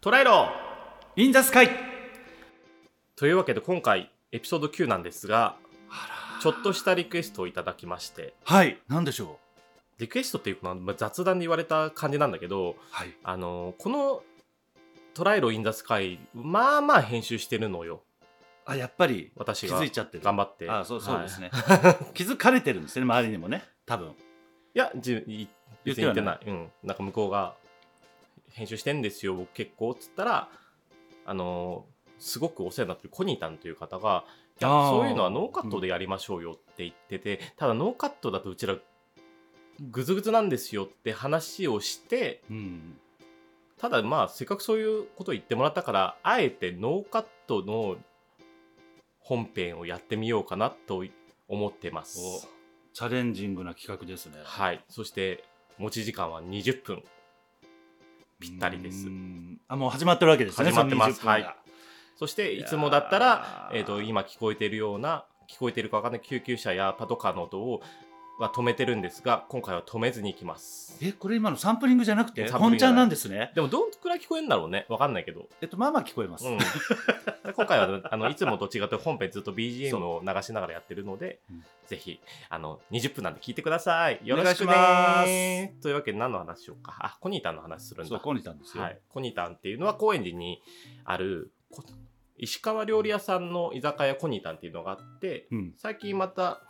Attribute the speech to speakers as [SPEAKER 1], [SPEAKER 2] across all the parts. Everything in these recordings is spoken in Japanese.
[SPEAKER 1] トライロ
[SPEAKER 2] インザスカイ
[SPEAKER 1] というわけで今回エピソード9なんですがちょっとしたリクエストをいただきまして
[SPEAKER 2] はい何でしょ
[SPEAKER 1] リクエストっていうかまあ雑談で言われた感じなんだけど
[SPEAKER 2] うはい
[SPEAKER 1] あのこの「トライロインザスカイまあまあ編集してるのよ
[SPEAKER 2] あやっぱり
[SPEAKER 1] 私
[SPEAKER 2] 気
[SPEAKER 1] が
[SPEAKER 2] づいちゃってる
[SPEAKER 1] 頑張って
[SPEAKER 2] あそうそうです
[SPEAKER 1] ね、
[SPEAKER 2] ね、気づかれてるんですね周りにもね多
[SPEAKER 1] い、
[SPEAKER 2] 分
[SPEAKER 1] いやじい別に
[SPEAKER 2] 言
[SPEAKER 1] 言
[SPEAKER 2] っ
[SPEAKER 1] ってて
[SPEAKER 2] は
[SPEAKER 1] ないうんなんか向こうが「編集してんですよ僕結構」っつったらあのすごくお世話になってるコニタンという方がいや
[SPEAKER 2] あー
[SPEAKER 1] そういうのはノーカットでやりましょうよって言ってて、ただノーカットだとうちらグズグズなんですよって話をして
[SPEAKER 2] うん
[SPEAKER 1] ただまあせっかくそういうことを言ってもらったからあえてノーカットの本編をやってみようかなと思ってます
[SPEAKER 2] チャレンジングな企画ですね
[SPEAKER 1] はいそして持ち時間は20分ぴったりです
[SPEAKER 2] うんあもう始まってるわけですね
[SPEAKER 1] 始まってます
[SPEAKER 2] その20分が
[SPEAKER 1] はそして
[SPEAKER 2] い
[SPEAKER 1] い
[SPEAKER 2] やー
[SPEAKER 1] つもだったら、えー、と今聞こえてるような聞こえてるかわかんない救急車やパトカーの音をは止めてるんですが今回は止めずに行きます
[SPEAKER 2] えこれ今のサンプリングじゃなくて
[SPEAKER 1] サンプリン
[SPEAKER 2] 本
[SPEAKER 1] グ
[SPEAKER 2] ち
[SPEAKER 1] じゃ
[SPEAKER 2] ゃ
[SPEAKER 1] ない
[SPEAKER 2] んなんですね
[SPEAKER 1] でもどんくらい聞こえるんだろうねわかんないけど、
[SPEAKER 2] えっとまあまあ聞こえます、
[SPEAKER 1] うん今回はあのいつもと違って本編ずっと BGM を流しながらやってるので、
[SPEAKER 2] うん
[SPEAKER 1] ぜひあの20分なんで聞いてくださいよろしく
[SPEAKER 2] お
[SPEAKER 1] ね
[SPEAKER 2] 願いし
[SPEAKER 1] ーというわけで何の話しようかあコニータンの話するんだ
[SPEAKER 2] そうこうにいたんですよ、
[SPEAKER 1] はい、コニタンっていうのは高円寺にあるこ石川料理屋さんの居酒屋コニタンっていうのがあって
[SPEAKER 2] うん、
[SPEAKER 1] 最近また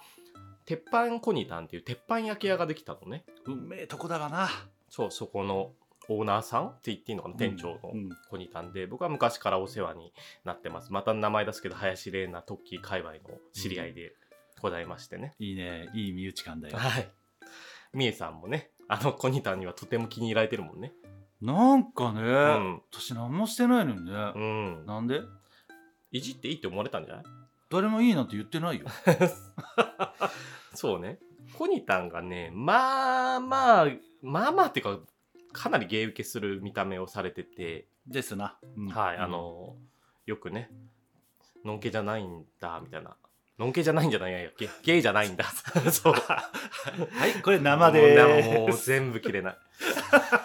[SPEAKER 1] 鉄板コニタンっていう鉄板焼き屋ができたのね
[SPEAKER 2] 運命とこだがな
[SPEAKER 1] そうそこのオーナーさんって言っていいのかな店長の
[SPEAKER 2] うんうん
[SPEAKER 1] コニタンで僕は昔からお世話になってますまた名前出すけど林玲奈トッキー界隈の知り合いでございましてね、
[SPEAKER 2] いいねいい身内感だよ
[SPEAKER 1] はいみえさんもねあのコニタンにはとても気に入られてるもんね
[SPEAKER 2] なんかね、
[SPEAKER 1] うん
[SPEAKER 2] 私何もしてないのにね、
[SPEAKER 1] うん
[SPEAKER 2] なんで
[SPEAKER 1] いじっていいって思われたんじゃない
[SPEAKER 2] 誰もいいなんて言ってないよ
[SPEAKER 1] そうね。コニタンがね、まあまあ、まあまあっていうか、かなり芸受けする見た目をされてて、
[SPEAKER 2] ですな、うん
[SPEAKER 1] はい、あの、よくね、のんけじゃないんだ、みたいな。のんけじゃないんじゃないや、ゲゲイじゃないんだ。 そう。
[SPEAKER 2] はい これ生でーす
[SPEAKER 1] もうもう全部切れない。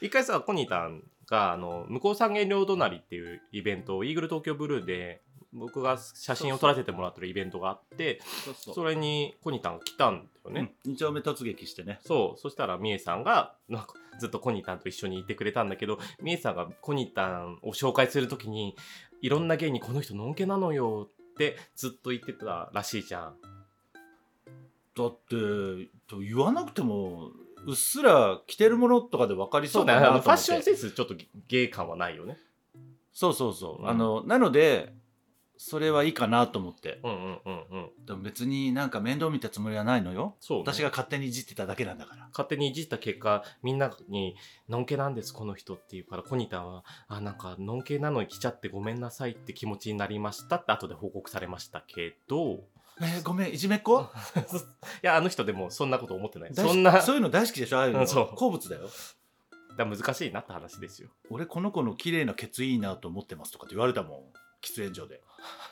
[SPEAKER 1] 一回さ、コニタンが、あの、向こう三元両隣っていうイベントを、イーグル東京ブルーで、僕が写真を撮らせてもらってるイベントがあって、
[SPEAKER 2] そうそう
[SPEAKER 1] それにコニタンが来たんだよね。
[SPEAKER 2] ね、二丁目突撃してね
[SPEAKER 1] そう、そしたらみえさんが、なんかずっとコニタンと一緒にいてくれたんだけど、みえさんがコニタンを紹介するときに、いろんな芸にこの人のんけなのよってずっと言ってたらしいじゃん。
[SPEAKER 2] だってと言わなくてもうっすら着てるものとかで分かりそ
[SPEAKER 1] そうう
[SPEAKER 2] だ
[SPEAKER 1] だ
[SPEAKER 2] な
[SPEAKER 1] ね、
[SPEAKER 2] と
[SPEAKER 1] あの
[SPEAKER 2] 思って
[SPEAKER 1] ファッションセンスちょっと芸感はないよね。
[SPEAKER 2] そうそうそう、
[SPEAKER 1] うん
[SPEAKER 2] あのなのでそれはいいかなと思って
[SPEAKER 1] うんうんうんうん。
[SPEAKER 2] でも別になんか面倒見たつもりはないのよ
[SPEAKER 1] そう、ね。
[SPEAKER 2] 私が勝手にいじってただけなんだから
[SPEAKER 1] 勝手にいじった結果、みんなに、のんけなんです、この人っていうから、コニタンは、あ、なんか、のんけなのに来ちゃってごめんなさいって気持ちになりましたって後で報告されましたけど、
[SPEAKER 2] えーごめんいじめっ子
[SPEAKER 1] いや、あの人でもそんなこと思ってない。
[SPEAKER 2] 大好
[SPEAKER 1] そ
[SPEAKER 2] き
[SPEAKER 1] んな、
[SPEAKER 2] そういうの大好きでしょああいうの、
[SPEAKER 1] うんそう
[SPEAKER 2] 好物だよ
[SPEAKER 1] だから難しいなって話です よ。
[SPEAKER 2] 俺この子の綺麗なケツいいなと思ってますとかって言われたもん喫煙所で、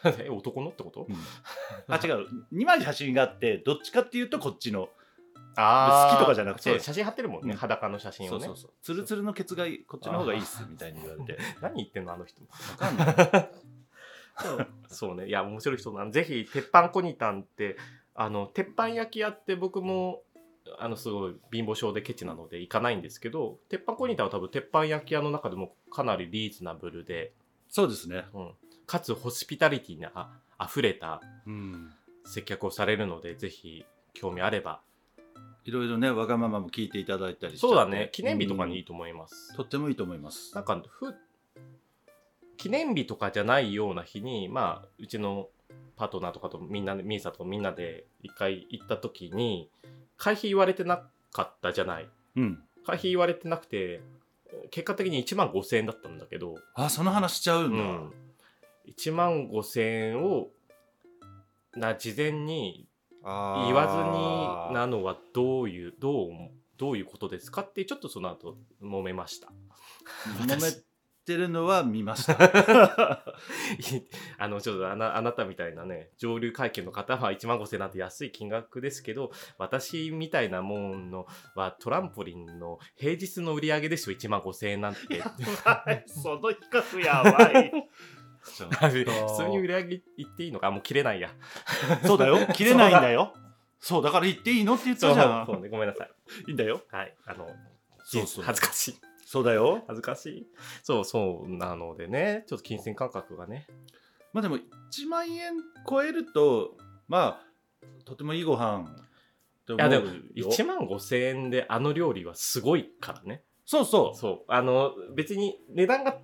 [SPEAKER 1] え、男のってこと
[SPEAKER 2] あ違う2枚写真があってどっちかっていうとこっちの
[SPEAKER 1] あー
[SPEAKER 2] 好きとかじゃなくて
[SPEAKER 1] そう写真貼ってるもんね、
[SPEAKER 2] うん
[SPEAKER 1] 裸の写真
[SPEAKER 2] そ
[SPEAKER 1] を
[SPEAKER 2] う
[SPEAKER 1] ね
[SPEAKER 2] そうそうツルツルのケツがいいこっちの方がいいっすみたいに言われて
[SPEAKER 1] 何言ってんのあの人
[SPEAKER 2] 分かんない
[SPEAKER 1] そうねいや面白い人なのぜひ鉄板コニタンってあの鉄板焼き屋って僕もあのすごい貧乏症でケチなので行かないんですけど鉄板コニタンは多分鉄板焼き屋の中でもかなりリーズナブルで、
[SPEAKER 2] そうですね
[SPEAKER 1] うん、かつホスピタリティなああふれた
[SPEAKER 2] うん
[SPEAKER 1] 接客をされるのでぜひ興味あれば
[SPEAKER 2] いろいろねわがままも聞いていただいたりしちゃ
[SPEAKER 1] そ
[SPEAKER 2] って
[SPEAKER 1] うだね記念日とかにいいと思います、
[SPEAKER 2] うんとってもいいと思います
[SPEAKER 1] なんかふ記念日とかじゃないような日に、まあ、うちのパートナーとかとみんなで、ミーサとみんなで一回行った時に、会費言われてなかったじゃない。
[SPEAKER 2] うん
[SPEAKER 1] 会費言われてなくて、結果的に1万5000円だったんだけど、
[SPEAKER 2] あその話しちゃう
[SPEAKER 1] うん
[SPEAKER 2] だ、
[SPEAKER 1] ん。1万5000円を、な、事前に言わずになのはどういう、どう、どういうことですかって、ちょっとその後、揉めました。
[SPEAKER 2] 揉めってるのは見 ました。
[SPEAKER 1] あのちょっとあなあなたみたいなね上流階級の方は1万5,000なんて安い金額ですけど私みたいなもんのはトランポリンの平日の売り上げですよ1万5,000円なんて
[SPEAKER 2] その比較やば い。
[SPEAKER 1] 普通に売り上げ言っていいのかあもう切れないや
[SPEAKER 2] そうだ よ。切れないんだよ。そうだから言っていいのって言ったじゃ
[SPEAKER 1] そうそ
[SPEAKER 2] ん。
[SPEAKER 1] うねごめんなさい
[SPEAKER 2] いいんだよ。
[SPEAKER 1] はいあの
[SPEAKER 2] そうそう
[SPEAKER 1] 恥ずかしい
[SPEAKER 2] そうだよ。
[SPEAKER 1] 恥ずかしいそうそうなのでねちょっと金銭感覚がね
[SPEAKER 2] まあでも1万円超えるとまあとてもいいご飯って思う
[SPEAKER 1] いやでも
[SPEAKER 2] よ
[SPEAKER 1] 1万5,000円であの料理はすごいからね
[SPEAKER 2] そうそう
[SPEAKER 1] そう。あの、別に値段が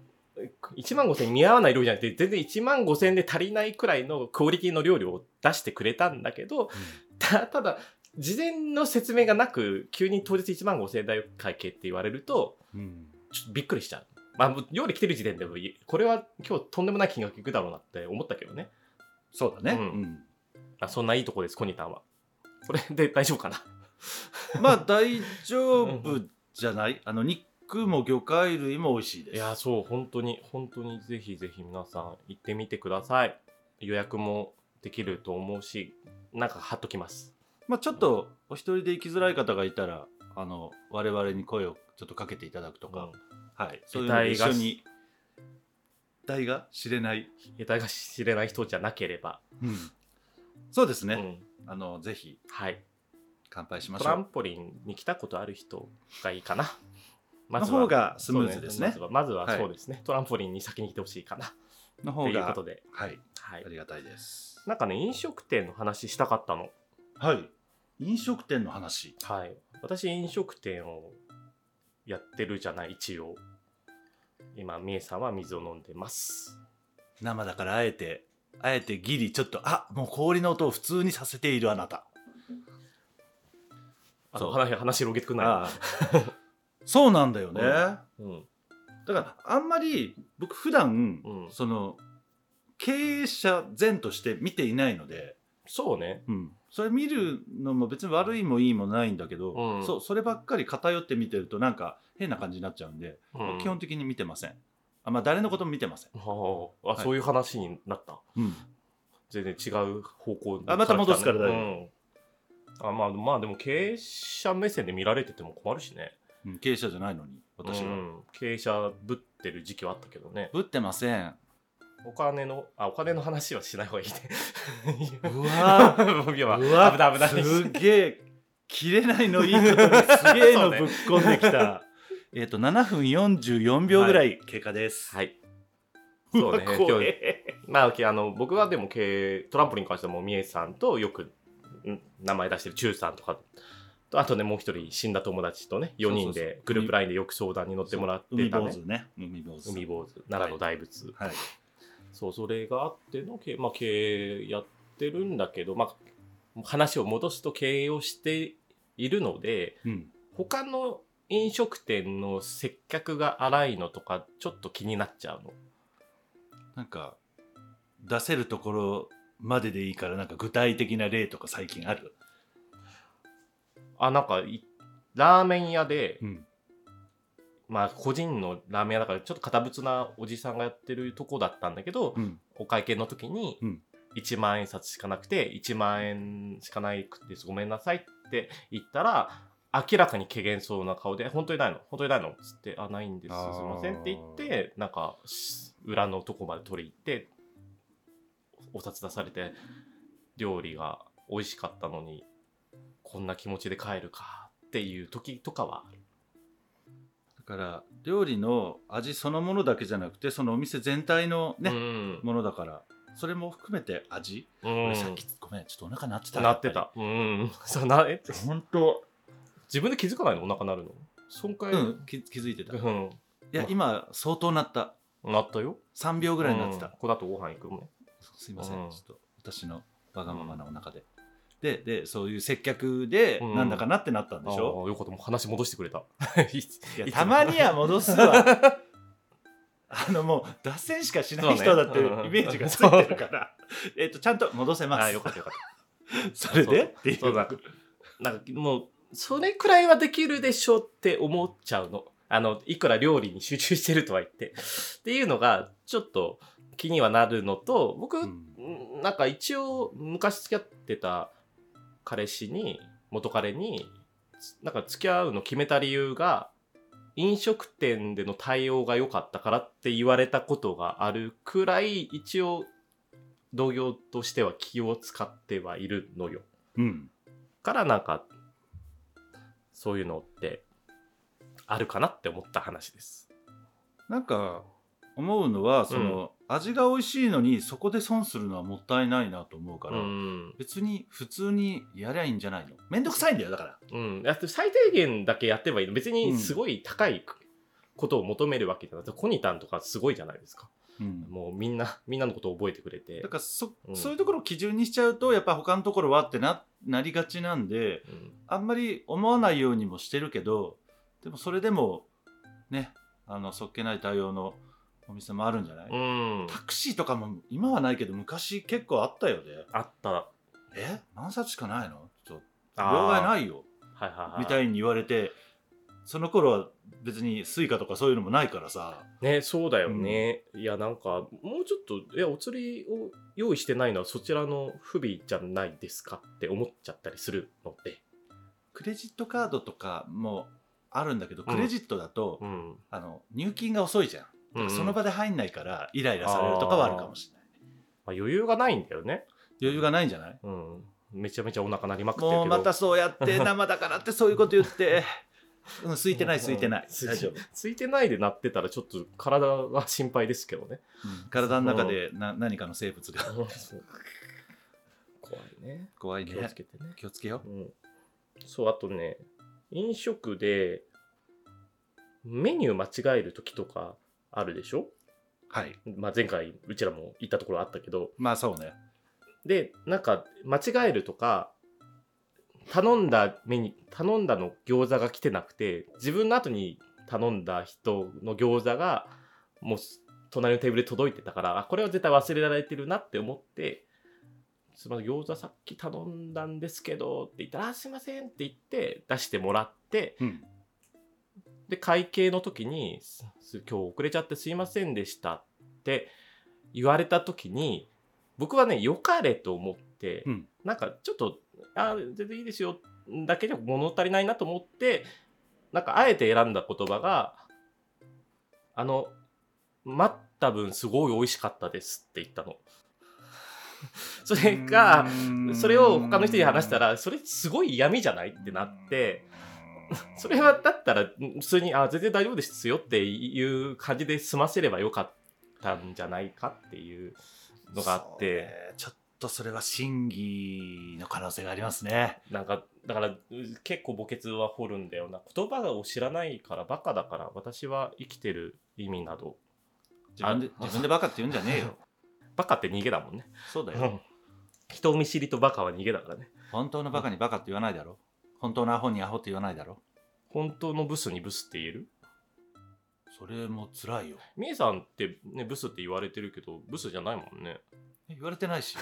[SPEAKER 1] 1万5000円見合わない料理じゃなくて、全然1万5000円で足りないくらいのクオリティの料理を出してくれたんだけど、たただ、事前の説明がなく、急に当日1万5000円だよ会計って言われると、
[SPEAKER 2] うん
[SPEAKER 1] ちょっとびっくりしちゃう。まあ、もう料理来てる時点でもいい、これは今日とんでもない金額いくだろうなって思ったけどね。
[SPEAKER 2] そうだね、
[SPEAKER 1] うあそんないいとこです、コニタンは。これで大丈夫かな。
[SPEAKER 2] うんまあ大丈夫じゃ ないあの肉も魚介類も美味しいです
[SPEAKER 1] いや、そう、本当に、本当にぜひぜひ皆さん行ってみてください。予約もできると思うし、なんかハッときます。
[SPEAKER 2] まあ、ちょっとお一人で行きづらい方がいたらあの我々に声をちょっとかけていただくとか、はいそういうので一緒に大が知れない、
[SPEAKER 1] 得体が知れない人じゃなければ。
[SPEAKER 2] そうですね、
[SPEAKER 1] うん
[SPEAKER 2] あのぜひ
[SPEAKER 1] はい。
[SPEAKER 2] 乾杯しまし
[SPEAKER 1] トラ
[SPEAKER 2] ょ
[SPEAKER 1] ンポリンに来たことある人がいいかな。 ま
[SPEAKER 2] の方がスムーズですね
[SPEAKER 1] そうまずはまずは
[SPEAKER 2] は
[SPEAKER 1] いそうですね、トランポリンに先に来てほしいかな。
[SPEAKER 2] うの
[SPEAKER 1] と
[SPEAKER 2] 方
[SPEAKER 1] いう
[SPEAKER 2] が
[SPEAKER 1] ことで。
[SPEAKER 2] はい
[SPEAKER 1] はい
[SPEAKER 2] あ。りがたいです
[SPEAKER 1] なんかね、飲食店の話したかったの。
[SPEAKER 2] はい飲食店の話
[SPEAKER 1] はい、私飲食店をやってるじゃない一応今みえさんは水を飲んでます
[SPEAKER 2] 生だからあえてあえてギリちょっとあもう氷の音を普通にさせているあなた
[SPEAKER 1] あ
[SPEAKER 2] そ
[SPEAKER 1] の
[SPEAKER 2] う
[SPEAKER 1] 話話広げてくんない
[SPEAKER 2] ああそうなんだよね、
[SPEAKER 1] うん
[SPEAKER 2] だ
[SPEAKER 1] うん
[SPEAKER 2] からあんまり僕普段、
[SPEAKER 1] うん
[SPEAKER 2] その経営者前として見ていないので、
[SPEAKER 1] そうね
[SPEAKER 2] それ見るのも別に悪いもいいもないんだけど、
[SPEAKER 1] うん
[SPEAKER 2] そうそればっかり偏って見てるとなんか変な感じになっちゃうんで、
[SPEAKER 1] うん
[SPEAKER 2] 基本的に見てませんあまあ誰のことも見てません、
[SPEAKER 1] はああ、
[SPEAKER 2] はい
[SPEAKER 1] そういう話になった
[SPEAKER 2] うん
[SPEAKER 1] 全然違う方向に
[SPEAKER 2] あまた戻すから大丈夫
[SPEAKER 1] 夫、うんあまあまあでも経営者目線で見られてても困るしね
[SPEAKER 2] うん経営者じゃないのに私
[SPEAKER 1] う
[SPEAKER 2] は、
[SPEAKER 1] ん経営者ぶってる時期はあったけどね
[SPEAKER 2] ぶってません
[SPEAKER 1] お金のあお金の話はしない方がいいね
[SPEAKER 2] う
[SPEAKER 1] あ
[SPEAKER 2] わ
[SPEAKER 1] いや
[SPEAKER 2] う
[SPEAKER 1] 危
[SPEAKER 2] わ
[SPEAKER 1] ない危ない
[SPEAKER 2] すげえ切れないのいいことにすげえのぶっ込んで きた、えっと7分44秒ぐらい経過です、
[SPEAKER 1] はい。そうね、
[SPEAKER 2] わ
[SPEAKER 1] 今
[SPEAKER 2] 怖
[SPEAKER 1] 日、
[SPEAKER 2] え
[SPEAKER 1] まあ、あの、僕はでも経営、トランポリンに関してはもう、みえさんとよく、ん名前出してるチューさんとか、とあとね、もう一人死んだ友達とね、4人
[SPEAKER 2] そうそう
[SPEAKER 1] で
[SPEAKER 2] そう
[SPEAKER 1] グループラインでよく相談に乗ってもらって
[SPEAKER 2] 海
[SPEAKER 1] た
[SPEAKER 2] 坊
[SPEAKER 1] ね
[SPEAKER 2] 主。ね海坊主
[SPEAKER 1] 海坊主、奈良の大仏。
[SPEAKER 2] はい
[SPEAKER 1] そう、それがあっての経営、まあ、経営やってるんだけど、まあ、話を戻すと経営をしているので、
[SPEAKER 2] うん
[SPEAKER 1] 他の飲食店の接客が荒いのとか、ちょっと気になっちゃうの。
[SPEAKER 2] なんか出せるところまででいいからなんか具体的な例とか最近ある、
[SPEAKER 1] あなんかいラーメン屋で、
[SPEAKER 2] うん、
[SPEAKER 1] まあ個人のラーメン屋だからちょっと堅物なおじさんがやってるとこだったんだけど、
[SPEAKER 2] うん
[SPEAKER 1] お会計の時に
[SPEAKER 2] うん
[SPEAKER 1] 1万円札しかなくて1万円しかないくてごめんなさいって言ったら明らかに怪げそうな顔で「本当にないの本当にないの?」っつって「あないんですすい
[SPEAKER 2] あー
[SPEAKER 1] ません」って言ってなんかし裏のとこまで取り行ってお札出されて料理が美味しかったのにこんな気持ちで帰るかっていう時とかはある
[SPEAKER 2] だから料理の味そのものだけじゃなくてそのお店全体のね、
[SPEAKER 1] うん
[SPEAKER 2] ものだからそれも含めて味、
[SPEAKER 1] うん
[SPEAKER 2] 俺さっきごめんちょっとお腹鳴ってた
[SPEAKER 1] なってたうんそうなえ
[SPEAKER 2] 本当
[SPEAKER 1] 自分で気づかないのお腹なるの損壊
[SPEAKER 2] うん気気づいてたい
[SPEAKER 1] うん
[SPEAKER 2] や今相当鳴った
[SPEAKER 1] なったよ。
[SPEAKER 2] 3秒ぐらい鳴ってた、
[SPEAKER 1] うんこの後ご飯行くもんね。
[SPEAKER 2] すいません、
[SPEAKER 1] うん
[SPEAKER 2] ちょっと私のわがままなお腹で、ででそういう接客で
[SPEAKER 1] うん
[SPEAKER 2] なんだかなってなったんでしょ、
[SPEAKER 1] ああよかった。もう話戻してくれ た。いつ
[SPEAKER 2] いや
[SPEAKER 1] いつも
[SPEAKER 2] たまには戻すわ あのもう脱線しかしない人だってイ
[SPEAKER 1] そうねうん
[SPEAKER 2] メージがついてるから、 えっとちゃんと戻せます
[SPEAKER 1] ああよかったよかっ
[SPEAKER 2] それでってい
[SPEAKER 1] た。そうなんか、なんかもう、それくらいはできるでしょって思っちゃうの。あの、いくら料理に集中してるとは言って。っていうのが、ちょっと気にはなるのと、僕、
[SPEAKER 2] うん
[SPEAKER 1] んなんか一応、昔付き合ってた彼氏に、元彼に、つなんか付き合うの決めた理由が、飲食店での対応が良かったからって言われたことがあるくらい、一応、同業としては気を使ってはいるのよ。
[SPEAKER 2] うん
[SPEAKER 1] からなんかそういうのってあるかなって思った話です。
[SPEAKER 2] なんか思うのはその、味が美味しいのにそこで損するのはもったいないなと思うか
[SPEAKER 1] う
[SPEAKER 2] ら、
[SPEAKER 1] ん、
[SPEAKER 2] 別に普通にやりゃいいんじゃないのめんどくさいんだよだから
[SPEAKER 1] うん、だって最低限だけやってればいいの別にすごい高いことを求めるわけじゃなくて、コニタンとかすごいじゃないですか
[SPEAKER 2] うん
[SPEAKER 1] もうみんなみんなのことを覚えてくれて
[SPEAKER 2] だ、からそ,、
[SPEAKER 1] うん
[SPEAKER 2] そういうところを基準にしちゃうとやっぱ他のところはってななりがちなんで
[SPEAKER 1] うん
[SPEAKER 2] あんまり思わないようにもしてるけどでもそれでもねあのそっけない対応のお店もあるんじゃない、
[SPEAKER 1] うん、
[SPEAKER 2] タクシーとかも今はないけど昔結構あったよね
[SPEAKER 1] あった
[SPEAKER 2] え何冊しかないのちょっと
[SPEAKER 1] あー
[SPEAKER 2] 両替ないよ
[SPEAKER 1] はいはいはい
[SPEAKER 2] みたいに言われてその頃は別にスイカとかそういうのもないからさ
[SPEAKER 1] ねそうだよね、いやなんかもうちょっといやお釣りを用意してないのはそちらの不備じゃないですかって思っちゃったりするので、
[SPEAKER 2] クレジットカードとかもあるんだけど
[SPEAKER 1] うん
[SPEAKER 2] クレジットだと、
[SPEAKER 1] うん
[SPEAKER 2] あの入金が遅いじゃん、
[SPEAKER 1] うん、
[SPEAKER 2] その場で入んないからイライラされるとかはあるかもしれない
[SPEAKER 1] まあ、余裕がないんだよね。
[SPEAKER 2] 余裕がないんじゃない
[SPEAKER 1] うん。めちゃめちゃお腹なりまくってるけど。
[SPEAKER 2] もうまたそう やって生だからってそういうこと言ってうん空いてない空いてない
[SPEAKER 1] つ
[SPEAKER 2] 大丈夫、
[SPEAKER 1] ついてないでなってたらちょっと体が心配ですけどね。
[SPEAKER 2] うん体の中でな何かの生物が
[SPEAKER 1] 怖いね。
[SPEAKER 2] 怖いね
[SPEAKER 1] 気をつけてね。
[SPEAKER 2] 気をつけよう
[SPEAKER 1] うん。そう、あとね、飲食でメニュー間違える時とかあるでしょ
[SPEAKER 2] はい
[SPEAKER 1] まあ前回うちらも行ったところあったけど。
[SPEAKER 2] まあそうね
[SPEAKER 1] で、なんか間違えるとか、頼んだメニュー頼んだの餃子が来てなくて、自分の後に頼んだ人の餃子が、もう隣のテーブルで届いてたから、あ、これは絶対忘れられてるなって思って、すみません、餃子さっき頼んだんですけどって言ったら、あ、すいませんって言って出してもらって、
[SPEAKER 2] うん
[SPEAKER 1] で会計の時にす「今日遅れちゃってすいませんでした」って言われた時に僕はね良かれと思って、
[SPEAKER 2] うん
[SPEAKER 1] なんかちょっと「あー全然いいですよ」だけじゃ物足りないなと思ってなんかあえて選んだ言葉が「あの待った分すごい美味しかったです」って言ったの。 それがそれを他の人に話したらそれすごい闇じゃないってなって。 それはだったらん普通に「あ全然大丈夫ですよ」っていう感じで済ませればよかったんじゃないかっていうのがあっ
[SPEAKER 2] そう
[SPEAKER 1] て、
[SPEAKER 2] ねちょっとそれは審議の可能性がありますね
[SPEAKER 1] なんかだからう結構墓穴は掘るんだよな言葉を知らないからバカだから私は生きてる意味など
[SPEAKER 2] 自分で
[SPEAKER 1] あ
[SPEAKER 2] 自分でバカって言うんじゃねえよ
[SPEAKER 1] バカって逃げだもんね、
[SPEAKER 2] そうだ
[SPEAKER 1] う
[SPEAKER 2] よ、
[SPEAKER 1] ん、人見知りとバカは逃げだからね
[SPEAKER 2] 本当のバカにバカって言わないだろ本当のアホにアホって言わないだろ
[SPEAKER 1] 本当のブスにブスって言える
[SPEAKER 2] それも辛いよ
[SPEAKER 1] みえさんって、ね、ブスって言われてるけどブスじゃないもんね
[SPEAKER 2] え言われて ないし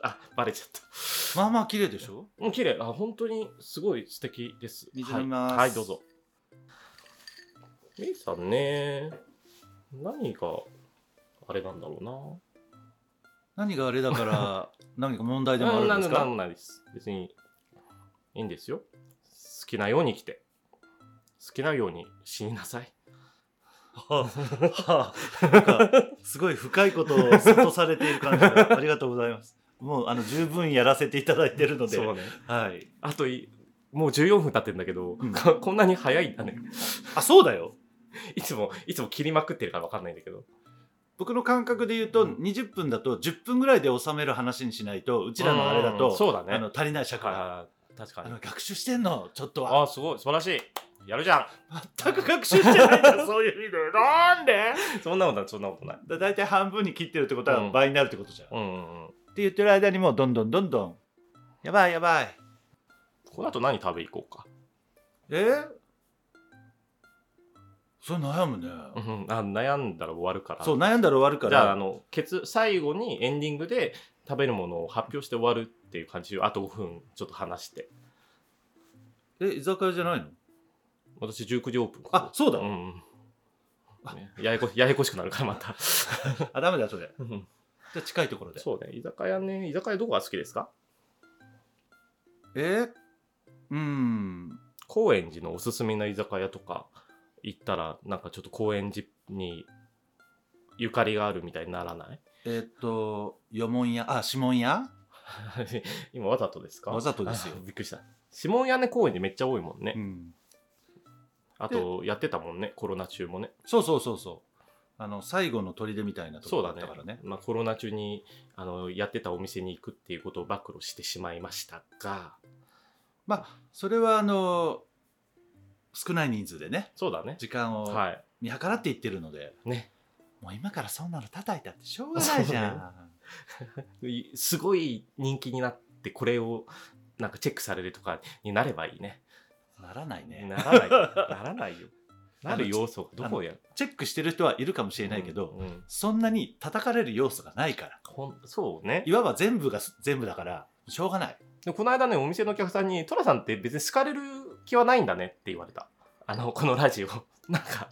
[SPEAKER 1] あバレちゃった
[SPEAKER 2] まあまあ綺麗でしょ
[SPEAKER 1] うん、綺麗あ本当にすごい素敵です。
[SPEAKER 2] 水
[SPEAKER 1] は
[SPEAKER 2] 飲
[SPEAKER 1] い、
[SPEAKER 2] みます
[SPEAKER 1] はい、どうぞ。メイさんね、何があれなんだろ
[SPEAKER 2] 何があれだから何か問題
[SPEAKER 1] う
[SPEAKER 2] で
[SPEAKER 1] な。
[SPEAKER 2] もあるんです
[SPEAKER 1] な
[SPEAKER 2] か
[SPEAKER 1] んなんです。別にいいんですよ。好きなように来て、好きなように死になさい。
[SPEAKER 2] はあなんかすごい深いことを諭されている感じがありがとうございますもうあの十分やらせていただいてるので、
[SPEAKER 1] ね。
[SPEAKER 2] はい、
[SPEAKER 1] あといもう14分経ってるんだけど、
[SPEAKER 2] うん
[SPEAKER 1] こんなに早いんだね。
[SPEAKER 2] あそうだよ
[SPEAKER 1] いつもいつも切りまくってるからわかんないんだけど。
[SPEAKER 2] 僕の感覚で言うと、
[SPEAKER 1] うん
[SPEAKER 2] 20分だと10分ぐらいで収める話にしないとうちらのあれだ
[SPEAKER 1] うん
[SPEAKER 2] と、
[SPEAKER 1] そうだ
[SPEAKER 2] あ
[SPEAKER 1] ね
[SPEAKER 2] の。足りない尺が、
[SPEAKER 1] あー確か
[SPEAKER 2] あ
[SPEAKER 1] に
[SPEAKER 2] の。学習してんのちょっとは
[SPEAKER 1] あーすごい素晴らしい。やるじゃん。
[SPEAKER 2] 全く学習してないんだよ そういう意味でなんで
[SPEAKER 1] そんなことない、そんなことない。
[SPEAKER 2] だ大体半分に切ってるってこと
[SPEAKER 1] う
[SPEAKER 2] は
[SPEAKER 1] ん
[SPEAKER 2] 倍になるってことじゃん、っ
[SPEAKER 1] うんうんうん。
[SPEAKER 2] て言ってる間にもうどんどんどんどんやばいやばい
[SPEAKER 1] この後何食べ行こうか。
[SPEAKER 2] えー、それ悩むね、
[SPEAKER 1] うん、あ悩んだら終わるから。
[SPEAKER 2] そう悩んだら終わるから
[SPEAKER 1] じゃあ、あの、ケツ、最後にエンディングで食べるものを発表して終わるっていう感じで、あと5分ちょっと話して。
[SPEAKER 2] え居酒屋じゃないの
[SPEAKER 1] 私19時オープン
[SPEAKER 2] あそうだ、
[SPEAKER 1] うんうんねややこややこしくなるからまた
[SPEAKER 2] あダメだそれ
[SPEAKER 1] うん
[SPEAKER 2] じゃあ近いところで
[SPEAKER 1] そうね居酒屋ね居酒屋どこが好きですか
[SPEAKER 2] えー、うん
[SPEAKER 1] 高円寺のおすすめな居酒屋とか行ったらなんかちょっと高円寺にゆかりがあるみたいにならない
[SPEAKER 2] えーっとよもんやあ指紋や
[SPEAKER 1] 今わざとですか
[SPEAKER 2] わざとですよ
[SPEAKER 1] あびっくりした指紋屋ね高円寺めっちゃ多いもんね、
[SPEAKER 2] うん
[SPEAKER 1] あとやってたもんねコロナ中もね
[SPEAKER 2] そうそうそうそうあの最後の砦みたいなとこ
[SPEAKER 1] そう
[SPEAKER 2] ろだ
[SPEAKER 1] だ
[SPEAKER 2] っ
[SPEAKER 1] ね
[SPEAKER 2] たからね
[SPEAKER 1] まあ、コロナ中にあのやってたお店に行くっていうことを暴露してしまいましたが
[SPEAKER 2] まあそれはあの少ない人数でね
[SPEAKER 1] そうだね
[SPEAKER 2] 時間を
[SPEAKER 1] は
[SPEAKER 2] 見計らっていってるので、
[SPEAKER 1] いね
[SPEAKER 2] もう今からそんなの叩いたってしょうがないじゃん、
[SPEAKER 1] いすごい人気になってこれをなんかチェックされるとかになればいいね
[SPEAKER 2] ならないね
[SPEAKER 1] なら ないならないよなる要素がどこやる
[SPEAKER 2] チェックしてる人はいるかもしれないけど、
[SPEAKER 1] うんうん
[SPEAKER 2] そんなに叩かれる要素がないから
[SPEAKER 1] ほんそうね
[SPEAKER 2] いわば全部が全部だからしょうがない
[SPEAKER 1] でこの間ねお店のお客さんに「寅さんって別に好かれる気はないんだね」って言われたあのこのラジオ なんか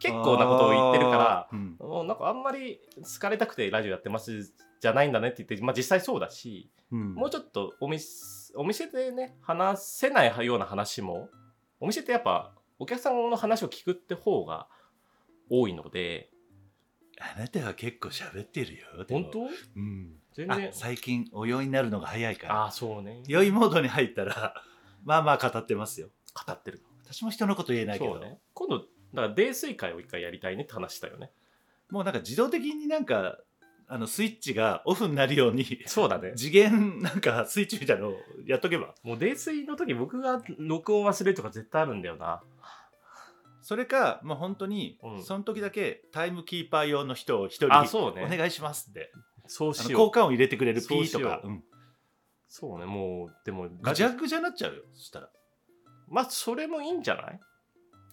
[SPEAKER 1] 結構なことを言ってるから
[SPEAKER 2] あーうん
[SPEAKER 1] もうなんかあんまり好かれたくてラジオやってますじゃないんだねって言って、まあ、実際そうだし、
[SPEAKER 2] うん
[SPEAKER 1] もうちょっとお店お店でね話せないような話もお店ってやっぱお客さんの話を聞くって方が多いので
[SPEAKER 2] あなたは結構喋ってるよでも
[SPEAKER 1] 本当
[SPEAKER 2] うん
[SPEAKER 1] 全
[SPEAKER 2] あ
[SPEAKER 1] 然
[SPEAKER 2] 最近お酔いになるのが早いから
[SPEAKER 1] ああそうね
[SPEAKER 2] 酔いモードに入ったら まあまあ語ってますよ
[SPEAKER 1] 語ってる
[SPEAKER 2] 私も人のこと言えないけ
[SPEAKER 1] そ
[SPEAKER 2] ど、
[SPEAKER 1] うね今度だから泥酔会を一回やりたいねって話したよね
[SPEAKER 2] もうなんか自動的になんかあのスイッチがオフになるように
[SPEAKER 1] そうだね
[SPEAKER 2] 次元なんかスイッチみたいなのをやっとけば
[SPEAKER 1] もう泥酔の時僕が録音忘れるとか絶対あるんだよな
[SPEAKER 2] それかもう本当に
[SPEAKER 1] うん
[SPEAKER 2] その時だけタイムキーパー用の人を一人
[SPEAKER 1] あそうね
[SPEAKER 2] お願いしますって
[SPEAKER 1] そう
[SPEAKER 2] あの
[SPEAKER 1] し
[SPEAKER 2] 交
[SPEAKER 1] よう
[SPEAKER 2] 換を入れてくれるピ
[SPEAKER 1] そう
[SPEAKER 2] ー
[SPEAKER 1] しよ
[SPEAKER 2] と
[SPEAKER 1] う
[SPEAKER 2] かうん
[SPEAKER 1] そうねもうでも
[SPEAKER 2] ぐちゃぐちゃになっちゃうよそしたら
[SPEAKER 1] まあそれもいいんじゃない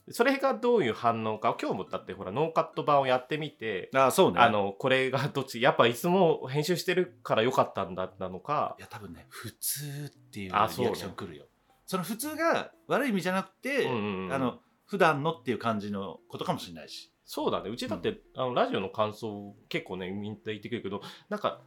[SPEAKER 1] それがどういう反応か今日もだってほらノーカット版をやってみて、
[SPEAKER 2] あそうね
[SPEAKER 1] あのこれがどっちやっぱいつも編集してるから良かったんだなのか
[SPEAKER 2] いや多分ね普通っていうリア
[SPEAKER 1] あ
[SPEAKER 2] ク
[SPEAKER 1] そうね
[SPEAKER 2] ションくるよその普通が悪い意味じゃなくて、
[SPEAKER 1] うんうんうん
[SPEAKER 2] あの普段のっていう感じのことかもしれないし
[SPEAKER 1] そうだねうちだって、あのラジオの感想結構ねみんな言ってくるけどなんか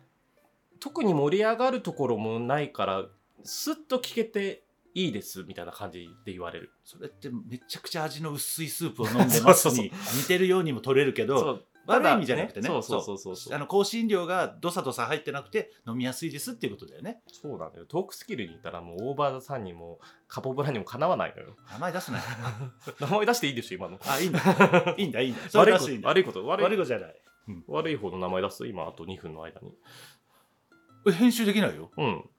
[SPEAKER 1] 特に盛り上がるところもないからスッと聞けていいですみたいな感じで言われる
[SPEAKER 2] それってめちゃくちゃ味の薄いスープを 飲んでます
[SPEAKER 1] そうそう
[SPEAKER 2] に似てるようにも取れるけど
[SPEAKER 1] う
[SPEAKER 2] 悪い意味じゃなくてね
[SPEAKER 1] そうそうそうそうそう
[SPEAKER 2] あの香辛料がどさどさ入ってなくて飲みやすいですっていうことだよね
[SPEAKER 1] そうなんだよトークスキルにいたらもうオーバーザさんにもカポブラにもかなわないのよ
[SPEAKER 2] 名前出すなよ
[SPEAKER 1] 名前出していいでしょ今の
[SPEAKER 2] あいいんだいいんだ いいんだそ
[SPEAKER 1] 悪い
[SPEAKER 2] れ出
[SPEAKER 1] こ
[SPEAKER 2] すいいん
[SPEAKER 1] と
[SPEAKER 2] だ
[SPEAKER 1] 悪いこと悪い
[SPEAKER 2] 悪いことじゃない
[SPEAKER 1] 悪い方の名前出す今あと2分の間に
[SPEAKER 2] え編集できないよ
[SPEAKER 1] うん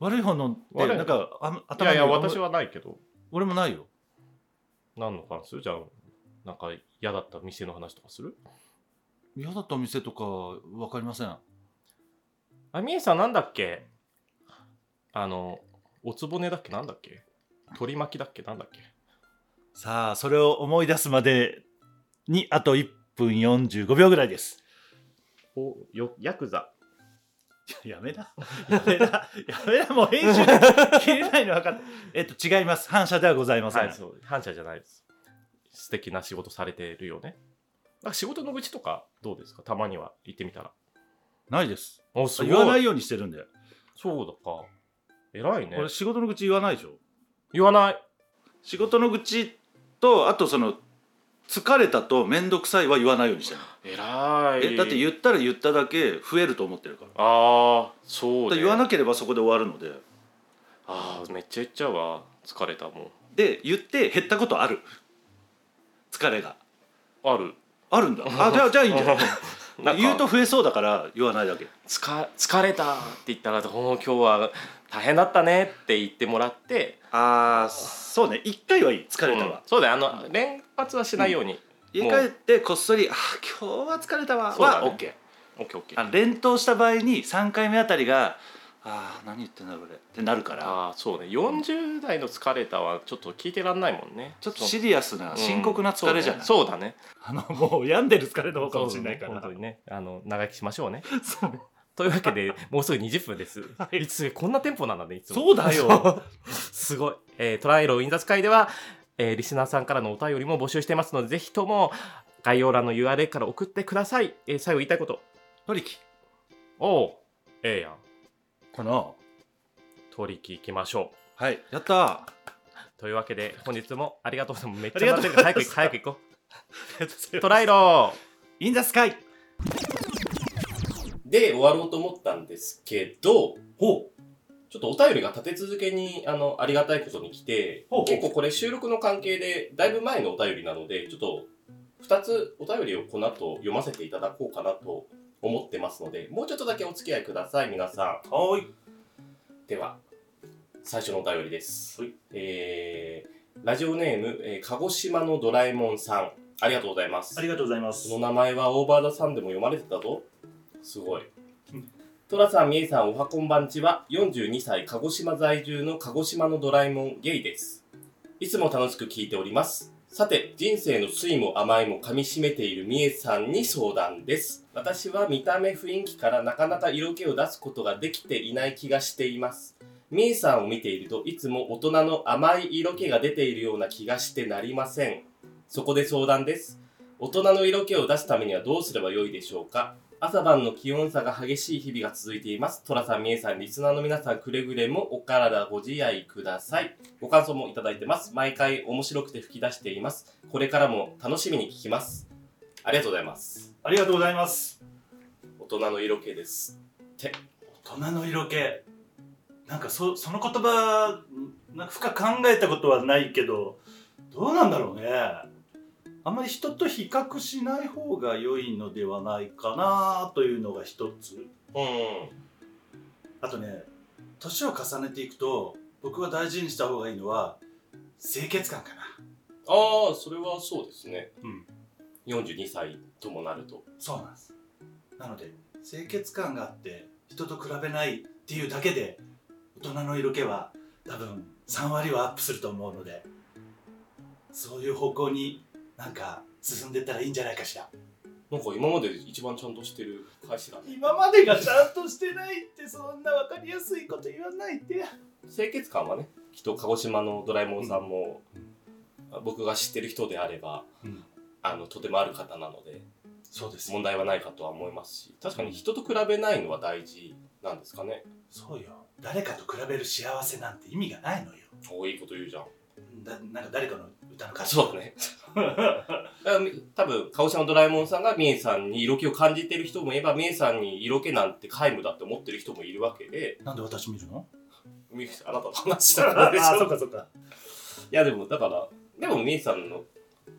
[SPEAKER 2] 悪い方のって
[SPEAKER 1] 悪い
[SPEAKER 2] なんかあ
[SPEAKER 1] い
[SPEAKER 2] 頭
[SPEAKER 1] や
[SPEAKER 2] に
[SPEAKER 1] いや私はないけど
[SPEAKER 2] 俺もないよ
[SPEAKER 1] 何の話するじゃあなんか嫌だった店の話とかする
[SPEAKER 2] 嫌だったお店とか分かりません
[SPEAKER 1] あみえさんなんだっけあのおつぼねだっけなんだっけ取り巻きだっけなんだっけ
[SPEAKER 2] さあそれを思い出すまでにあと1分45秒ぐらいです
[SPEAKER 1] およヤクザ
[SPEAKER 2] やめなやめなやめなもう編集で切れないの分かってえっと違います反射ではございません、
[SPEAKER 1] はい、そう反社じゃないです素敵な仕事されてるよねなんか仕事の愚痴とかどうですかたまには行ってみたら
[SPEAKER 2] ないです
[SPEAKER 1] おすごい
[SPEAKER 2] 言わないようにしてるんで、
[SPEAKER 1] そうだか偉いね
[SPEAKER 2] 俺仕事の愚痴言わないでしょ
[SPEAKER 1] 言わない
[SPEAKER 2] 仕事の愚痴とあとその疲れたと面倒くさいは言わないようにしてる
[SPEAKER 1] 偉
[SPEAKER 2] えだって言ったら言っただけ増えると思ってるから
[SPEAKER 1] ああそう
[SPEAKER 2] だ
[SPEAKER 1] ね
[SPEAKER 2] から言わなければそこで終わるので
[SPEAKER 1] ああめっちゃ言っちゃうわ疲れたもん
[SPEAKER 2] で言って減ったことある疲れが
[SPEAKER 1] ある
[SPEAKER 2] あるん だあじゃあじゃあいいんじゃない
[SPEAKER 1] なんか
[SPEAKER 2] 言うと増えそうだから言わないだけ
[SPEAKER 1] つか疲れたって言ったら「ほう今日は大変だったね」って言ってもらって
[SPEAKER 2] ああそうね一回はいい疲れた
[SPEAKER 1] うん
[SPEAKER 2] わ、
[SPEAKER 1] そうだよあの連発はしないように、
[SPEAKER 2] 家帰ってこっそり「あー今日は疲れたわ」
[SPEAKER 1] そうだね
[SPEAKER 2] は OK
[SPEAKER 1] オッケーオッケー
[SPEAKER 2] あの連投した場合に3回目あたりが「ああ何言ってんだろう俺」ってなるから
[SPEAKER 1] ああそうね40代の疲れたはちょっと聞いてらんないもんね
[SPEAKER 2] ちょっとシリアスな深刻な疲れじゃない、
[SPEAKER 1] そうだね
[SPEAKER 2] あのもう病んでる疲れ
[SPEAKER 1] そ
[SPEAKER 2] の方
[SPEAKER 1] う
[SPEAKER 2] か
[SPEAKER 1] だね
[SPEAKER 2] もしれないから
[SPEAKER 1] 本当にねあの長生きしましょうね
[SPEAKER 2] そう
[SPEAKER 1] というわけ でもうすぐ20分です、い、つこんなテンポなんだねいつも
[SPEAKER 2] そうだよ
[SPEAKER 1] すごい、えートライアル・イン・ザ・スカイでは、ええーリスナーさんからのお便りも募集してますので、ぜひとも概要欄の URL から送ってください。えー最後言いたいこと。
[SPEAKER 2] トリキ
[SPEAKER 1] おう、ええやん。
[SPEAKER 2] かな
[SPEAKER 1] 取り木行きましょう。
[SPEAKER 2] はい やった
[SPEAKER 1] というわけで、本日もありがとうございます。めっ
[SPEAKER 2] あ
[SPEAKER 1] ち
[SPEAKER 2] り
[SPEAKER 1] ゃ
[SPEAKER 2] が
[SPEAKER 1] 待
[SPEAKER 2] と
[SPEAKER 1] ってる
[SPEAKER 2] うご
[SPEAKER 1] か
[SPEAKER 2] ざ
[SPEAKER 1] ら
[SPEAKER 2] い
[SPEAKER 1] 早く
[SPEAKER 2] ます
[SPEAKER 1] 早く行こう。ト
[SPEAKER 2] イ
[SPEAKER 1] ライロー
[SPEAKER 2] インザスカイ
[SPEAKER 1] で終わろうと思ったんですけど、ちょっとお便りが立て続けにあのありがたいことに来て
[SPEAKER 2] ほうほう
[SPEAKER 1] 結構これ収録の関係でだいぶ前のお便りなのでちょっと2つお便りをこの後読ませていただこうかなと思ってますのでもうちょっとだけお付き合いください皆さ
[SPEAKER 2] はーい
[SPEAKER 1] んでは最初のお便りです、
[SPEAKER 2] はい
[SPEAKER 1] えー、ラジオネーム、えー鹿児島のドラえもんさんありがとうございます
[SPEAKER 2] ありがとうございます
[SPEAKER 1] その名前はオーバーザさんでも読まれてたぞ。すごい。トラさん、みえさん、おはこんばんちは。42歳、鹿児島在住の鹿児島のドラえもん、ゲイです。いつも楽しく聞いております。さて、人生の酸いも甘いも噛みしめているみえさんに相談です。私は見た目、雰囲気からなかなか色気を出すことができていない気がしています。みえさんを見ていると、いつも大人の甘い色気が出ているような気がしてなりません。そこで相談です。大人の色気を出すためにはどうすればよいでしょうか朝晩の気温差が激しい日々が続いています。トラさん、みえさん、リスナーの皆さん、くれぐれもお体ご自愛ください。ご感想もいただいてます。毎回面白くて吹き出しています。これからも楽しみに聞きます。ありがとうございます。
[SPEAKER 2] ありがとうございます
[SPEAKER 1] 大人の色気です。
[SPEAKER 2] 大人の色気なんかそその言葉なんか深く考えたことはないけどどうなんだろうねあんまり人と比較しない方が良いのではないかなというのが一つ
[SPEAKER 1] うん。
[SPEAKER 2] あとね年を重ねていくと僕は大事にした方がいいのは清潔感かな
[SPEAKER 1] ああ、それはそうですね。
[SPEAKER 2] うん。
[SPEAKER 1] 42歳ともなると。
[SPEAKER 2] そうなんですなので清潔感があって人と比べないっていうだけで大人の色気は多分3割はアップすると思うのでそういう方向になんか進んでったらいいんじゃないかしら
[SPEAKER 1] なんか今までで一番ちゃんとしてる会社だね。
[SPEAKER 2] 今までがちゃんとしてないってそんな分かりやすいこと言わないで
[SPEAKER 1] 清潔感はねきっと鹿児島のドラえもんさんも、僕が知ってる人であれば
[SPEAKER 2] うん
[SPEAKER 1] あのとてもある方なので
[SPEAKER 2] そうですよ
[SPEAKER 1] 問題はないかとは思いますし確かに人と比べないのは大事なんですかね
[SPEAKER 2] そうよ誰かと比べる幸せなんて意味がないのよ
[SPEAKER 1] おいいこと言うじゃん
[SPEAKER 2] だなんか誰かの歌の歌詞
[SPEAKER 1] そうだね だから多分鹿児島のドラえもんさんがみえさんに色気を感じてる人もいればみえさんに色気なんて皆無だって思ってる人もいるわけで
[SPEAKER 2] なんで私見るの
[SPEAKER 1] みえさんあなたの話だからでしょ
[SPEAKER 2] かそうか
[SPEAKER 1] いやでもだからでもみえさんの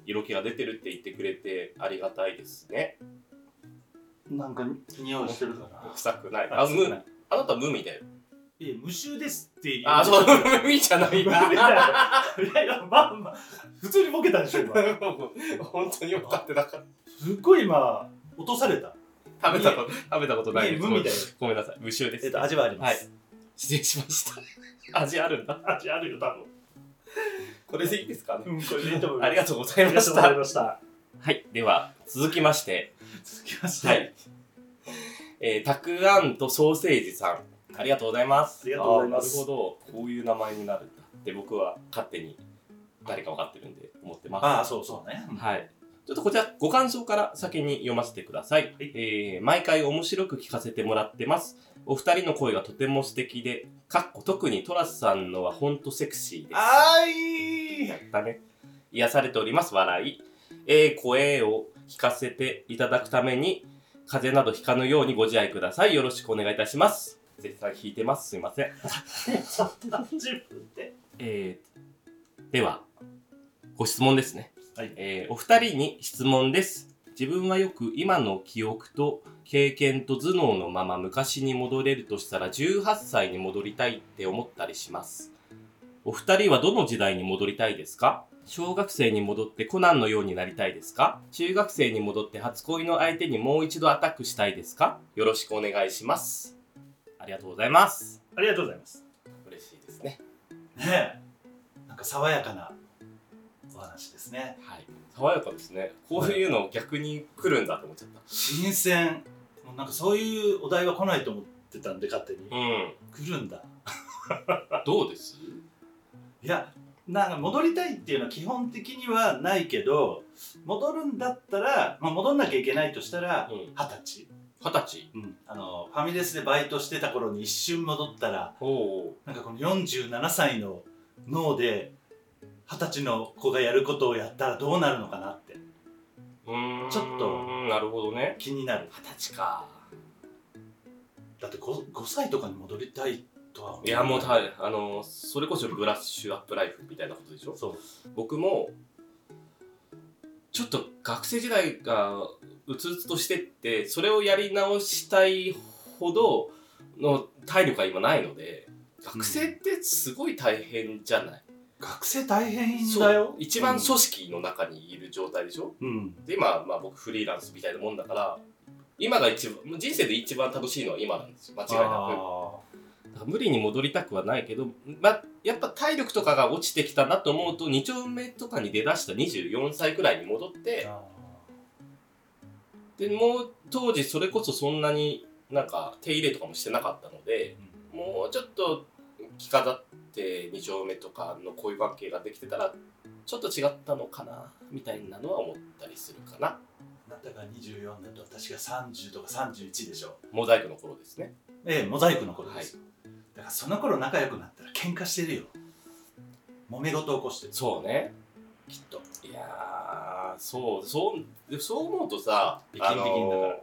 [SPEAKER 1] 色気が出てるって言ってくれてありがたいですね
[SPEAKER 2] なんか匂いしてるかな
[SPEAKER 1] 臭くない。あ、無、あなた無みたい
[SPEAKER 2] いや無臭ですって言う
[SPEAKER 1] な。あ、そう、 無味じゃない
[SPEAKER 2] い
[SPEAKER 1] な。
[SPEAKER 2] やいやいやまあまあ普通にボケたでしょ今
[SPEAKER 1] 本当に分かってなかっ
[SPEAKER 2] すっごい今落とされた
[SPEAKER 1] た。食べたこと、食べたことないです。
[SPEAKER 2] 無味だよ
[SPEAKER 1] ごめんなさい。無臭です。
[SPEAKER 2] 味はあり
[SPEAKER 1] ます、失礼しました。味あるんだ。
[SPEAKER 2] 味あるよ多
[SPEAKER 1] これでいいですかね。
[SPEAKER 2] 分うんこれでいいと思います
[SPEAKER 1] ありが
[SPEAKER 2] と
[SPEAKER 1] とうございまし
[SPEAKER 2] ありがとう
[SPEAKER 1] た。
[SPEAKER 2] ございま
[SPEAKER 1] はい。では、続きまして。
[SPEAKER 2] した続きまして、
[SPEAKER 1] はい。えー、たくあんとソーセージさん。ありがとうございます。
[SPEAKER 2] ありがとうございます
[SPEAKER 1] あーなるほど。こういう名前になるんだって僕は勝手に誰か分かってるんで思ってます。
[SPEAKER 2] ああそうそうね、
[SPEAKER 1] はい。ちょっとこちら、ご感想から先に読ませてください。
[SPEAKER 2] はい
[SPEAKER 1] えー毎回面白く聞かせてもらってます。お二人の声がとても素敵で、かっこ特にトラスさんのはほんとセクシーです。
[SPEAKER 2] あーいい
[SPEAKER 1] やったね。癒されております、笑い。えー声を聞かせていただくために、風邪などひかぬようにご自愛ください。よろしくお願いいたします。絶対引いてます。すいません。
[SPEAKER 2] 自分で
[SPEAKER 1] えーでは、ご質問ですね。
[SPEAKER 2] はい
[SPEAKER 1] えーお二人に質問です。自分はよく今の記憶と経験と頭脳のまま昔に戻れるとしたら18歳に戻りたいって思ったりします。お二人はどの時代に戻りたいですか小学生に戻ってコナンのようになりたいですか中学生に戻って初恋の相手にもう一度アタックしたいですかよろしくお願いします。ありがとうございます。
[SPEAKER 2] ありがとうございます
[SPEAKER 1] 嬉しいですね。
[SPEAKER 2] ねえなんか爽やかなお話ですね
[SPEAKER 1] はい、爽やかですねこういうの逆に来るんだと思っちゃっ
[SPEAKER 2] 新鮮もうなんかそういうお題は来ないと思ってたんで勝手に
[SPEAKER 1] た、うん
[SPEAKER 2] 来るんだ
[SPEAKER 1] どうです
[SPEAKER 2] いやなんか戻りたいっていうのは基本的にはないけど戻るんだったら、まあ、戻んなきゃいけないとしたら
[SPEAKER 3] うん
[SPEAKER 2] 二十歳、
[SPEAKER 1] 二十歳
[SPEAKER 2] うんあのファミレスでバイトしてた頃に一瞬戻ったら
[SPEAKER 1] おお
[SPEAKER 2] なんかこの47歳の脳で二十歳の子がやることをやったらどうなるのかなって
[SPEAKER 1] うーん
[SPEAKER 2] ちょっと
[SPEAKER 1] なるほどね
[SPEAKER 2] 気になる
[SPEAKER 1] 二十歳か
[SPEAKER 2] だって 5, 5歳とかに戻りたいとは思
[SPEAKER 1] いやもうたあのそれこそブラッシュアップライフみたいなことでしょ
[SPEAKER 2] そう
[SPEAKER 1] 僕もちょっと学生時代がうつうつとしてってそれをやり直したいほどの体力が今ないので学生ってすごい大変じゃない、
[SPEAKER 2] 学生大変
[SPEAKER 1] そう
[SPEAKER 2] だよ
[SPEAKER 1] 一番組織の中にいる状態でしょ、
[SPEAKER 2] うん
[SPEAKER 1] で今、まあ、僕フリーランスみたいなもんだから今が一番人生で一番楽しいのは今なんですよ間違いなく
[SPEAKER 2] あ
[SPEAKER 1] だから無理に戻りたくはないけど、ま、やっぱ体力とかが落ちてきたなと思うと2丁目とかに出だした24歳くらいに戻っ
[SPEAKER 2] ー
[SPEAKER 1] て
[SPEAKER 2] あ
[SPEAKER 1] でもう当時それこそそんなになんか手入れとかもしてなかったので
[SPEAKER 2] ー
[SPEAKER 1] もうちょっと着飾って2丁目とかの恋関係ができてたらちょっと違ったのかなみたいなのは思ったりするかな
[SPEAKER 2] あなたが24だと私が30とか31でしょ
[SPEAKER 1] モザイクの頃ですね
[SPEAKER 2] ええモザイクの頃です、だからその頃仲良くなったら喧嘩してるよ揉め事起こしてる
[SPEAKER 1] そうね
[SPEAKER 2] きっと
[SPEAKER 1] いやーそうそうでそう思うとさ
[SPEAKER 2] ビキンビキンだか
[SPEAKER 1] あ
[SPEAKER 2] ら
[SPEAKER 1] のー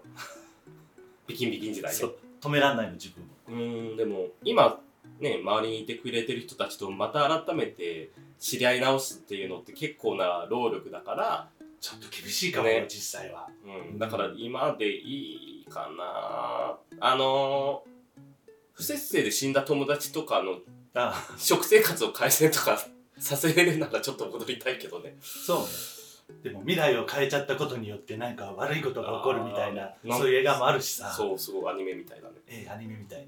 [SPEAKER 1] ビキンビキン時代ね
[SPEAKER 2] そう止めらんないの自分も
[SPEAKER 1] うーんでも今ね周りにいてくれてる人たちとまた改めて知り合い直すっていうのって結構な労力だから、
[SPEAKER 2] ちょっと厳しいかも、
[SPEAKER 1] ね
[SPEAKER 2] 実際は
[SPEAKER 1] うん、だから今でいいかなあのー不節制で死んだ友達とかの
[SPEAKER 2] あ
[SPEAKER 1] 食生活を改善とかさせれるならちょっと戻りたいけどね
[SPEAKER 2] そうねでも未来を変えちゃったことによってなんか悪いことが起こるみたいな
[SPEAKER 1] あー
[SPEAKER 2] そういう映画もあるしさ
[SPEAKER 1] そうすごいアニメみたいだね
[SPEAKER 2] ええアニメみたい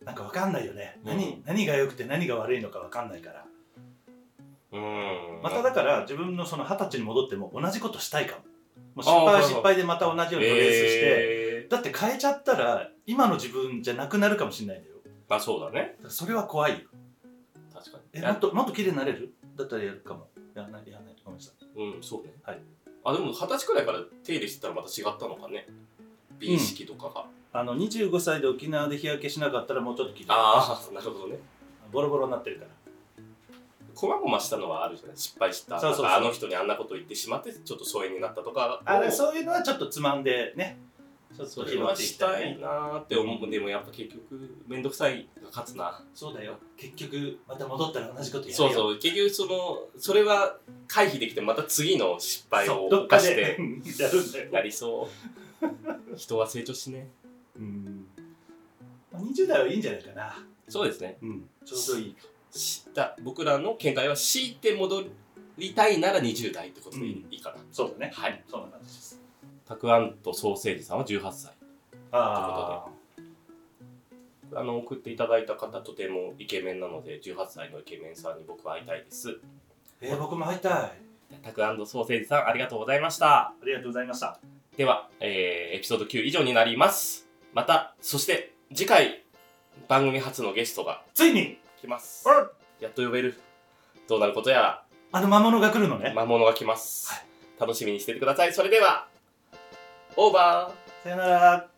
[SPEAKER 2] ななんかわかんないよね、
[SPEAKER 1] うん
[SPEAKER 2] 何何が良くて何が悪いのかわかんないから
[SPEAKER 1] うん
[SPEAKER 2] まただから自分のその二十歳に戻っても同じことしたいかももう失
[SPEAKER 1] あーはいは
[SPEAKER 2] 敗はい失敗でまた同じようにトレースして、
[SPEAKER 1] え
[SPEAKER 2] だって変えちゃったら今の自分じゃなくなるかもしれないんだよ
[SPEAKER 1] ーまあそうだね
[SPEAKER 2] だからそれは怖いよ
[SPEAKER 1] 確かに
[SPEAKER 2] えもっともっと綺麗になれるだったらやるかもやらないやらないごめんなさい
[SPEAKER 1] うんそうね、
[SPEAKER 2] はい
[SPEAKER 1] あでも二十歳くらいから手入れしてたらまた違ったのかね美意識とかが、
[SPEAKER 2] あの25歳で沖縄で日焼けしなかったらもうちょっと綺麗
[SPEAKER 1] ああなるほどね
[SPEAKER 2] ボロボロになってるから
[SPEAKER 1] こまごましたのはあるじゃない失敗した
[SPEAKER 2] そうそうそう
[SPEAKER 1] なんかあの人にあんなこと言ってしまってちょっと疎遠になったとか
[SPEAKER 2] あ
[SPEAKER 1] を
[SPEAKER 2] れそういうのはちょっとつまんでねちょっ
[SPEAKER 1] そ
[SPEAKER 2] と
[SPEAKER 1] れ
[SPEAKER 2] 拾
[SPEAKER 1] は
[SPEAKER 2] ってい
[SPEAKER 1] し
[SPEAKER 2] きた
[SPEAKER 1] た
[SPEAKER 2] いね
[SPEAKER 1] いなーって思うでもやっぱ結局面倒くさいが勝つな
[SPEAKER 2] そうだよ結局また戻ったら同じことやるよ
[SPEAKER 1] そうそう結局そのそれは回避できてまた次の失敗を
[SPEAKER 2] そうどっ
[SPEAKER 1] 犯
[SPEAKER 2] か
[SPEAKER 1] し
[SPEAKER 2] で
[SPEAKER 1] て
[SPEAKER 2] やるんだよ
[SPEAKER 1] なりそう人は成長しね
[SPEAKER 2] うんまあ20代はいいんじゃないかな、
[SPEAKER 1] そうですね
[SPEAKER 2] うん、ちょうどいい
[SPEAKER 1] 知った僕らの見解は強いて戻りたいなら20代ってことでいい,、
[SPEAKER 2] うん
[SPEAKER 1] かな
[SPEAKER 2] そうだね
[SPEAKER 1] はい
[SPEAKER 2] そんな感じです
[SPEAKER 1] たくあんとソーセージさんは18歳
[SPEAKER 2] ああ
[SPEAKER 1] あの送っていただいた方とてもイケメンなので18歳のイケメンさんに僕は会いたいです
[SPEAKER 2] えー、僕も会いたいあ
[SPEAKER 1] たくあんとソーセージさんありがとうございました
[SPEAKER 2] りがとうございました
[SPEAKER 1] では、えーエピソード9以上になりますまたそして次回番組初のゲストが
[SPEAKER 2] ついに
[SPEAKER 1] 来ます
[SPEAKER 2] あ
[SPEAKER 1] やっと呼べるどうなることやら
[SPEAKER 2] あの魔物が来るのね、
[SPEAKER 1] 魔物が来ます、
[SPEAKER 2] は
[SPEAKER 1] 楽しみにしててくださいそれではオーバー
[SPEAKER 2] さよなら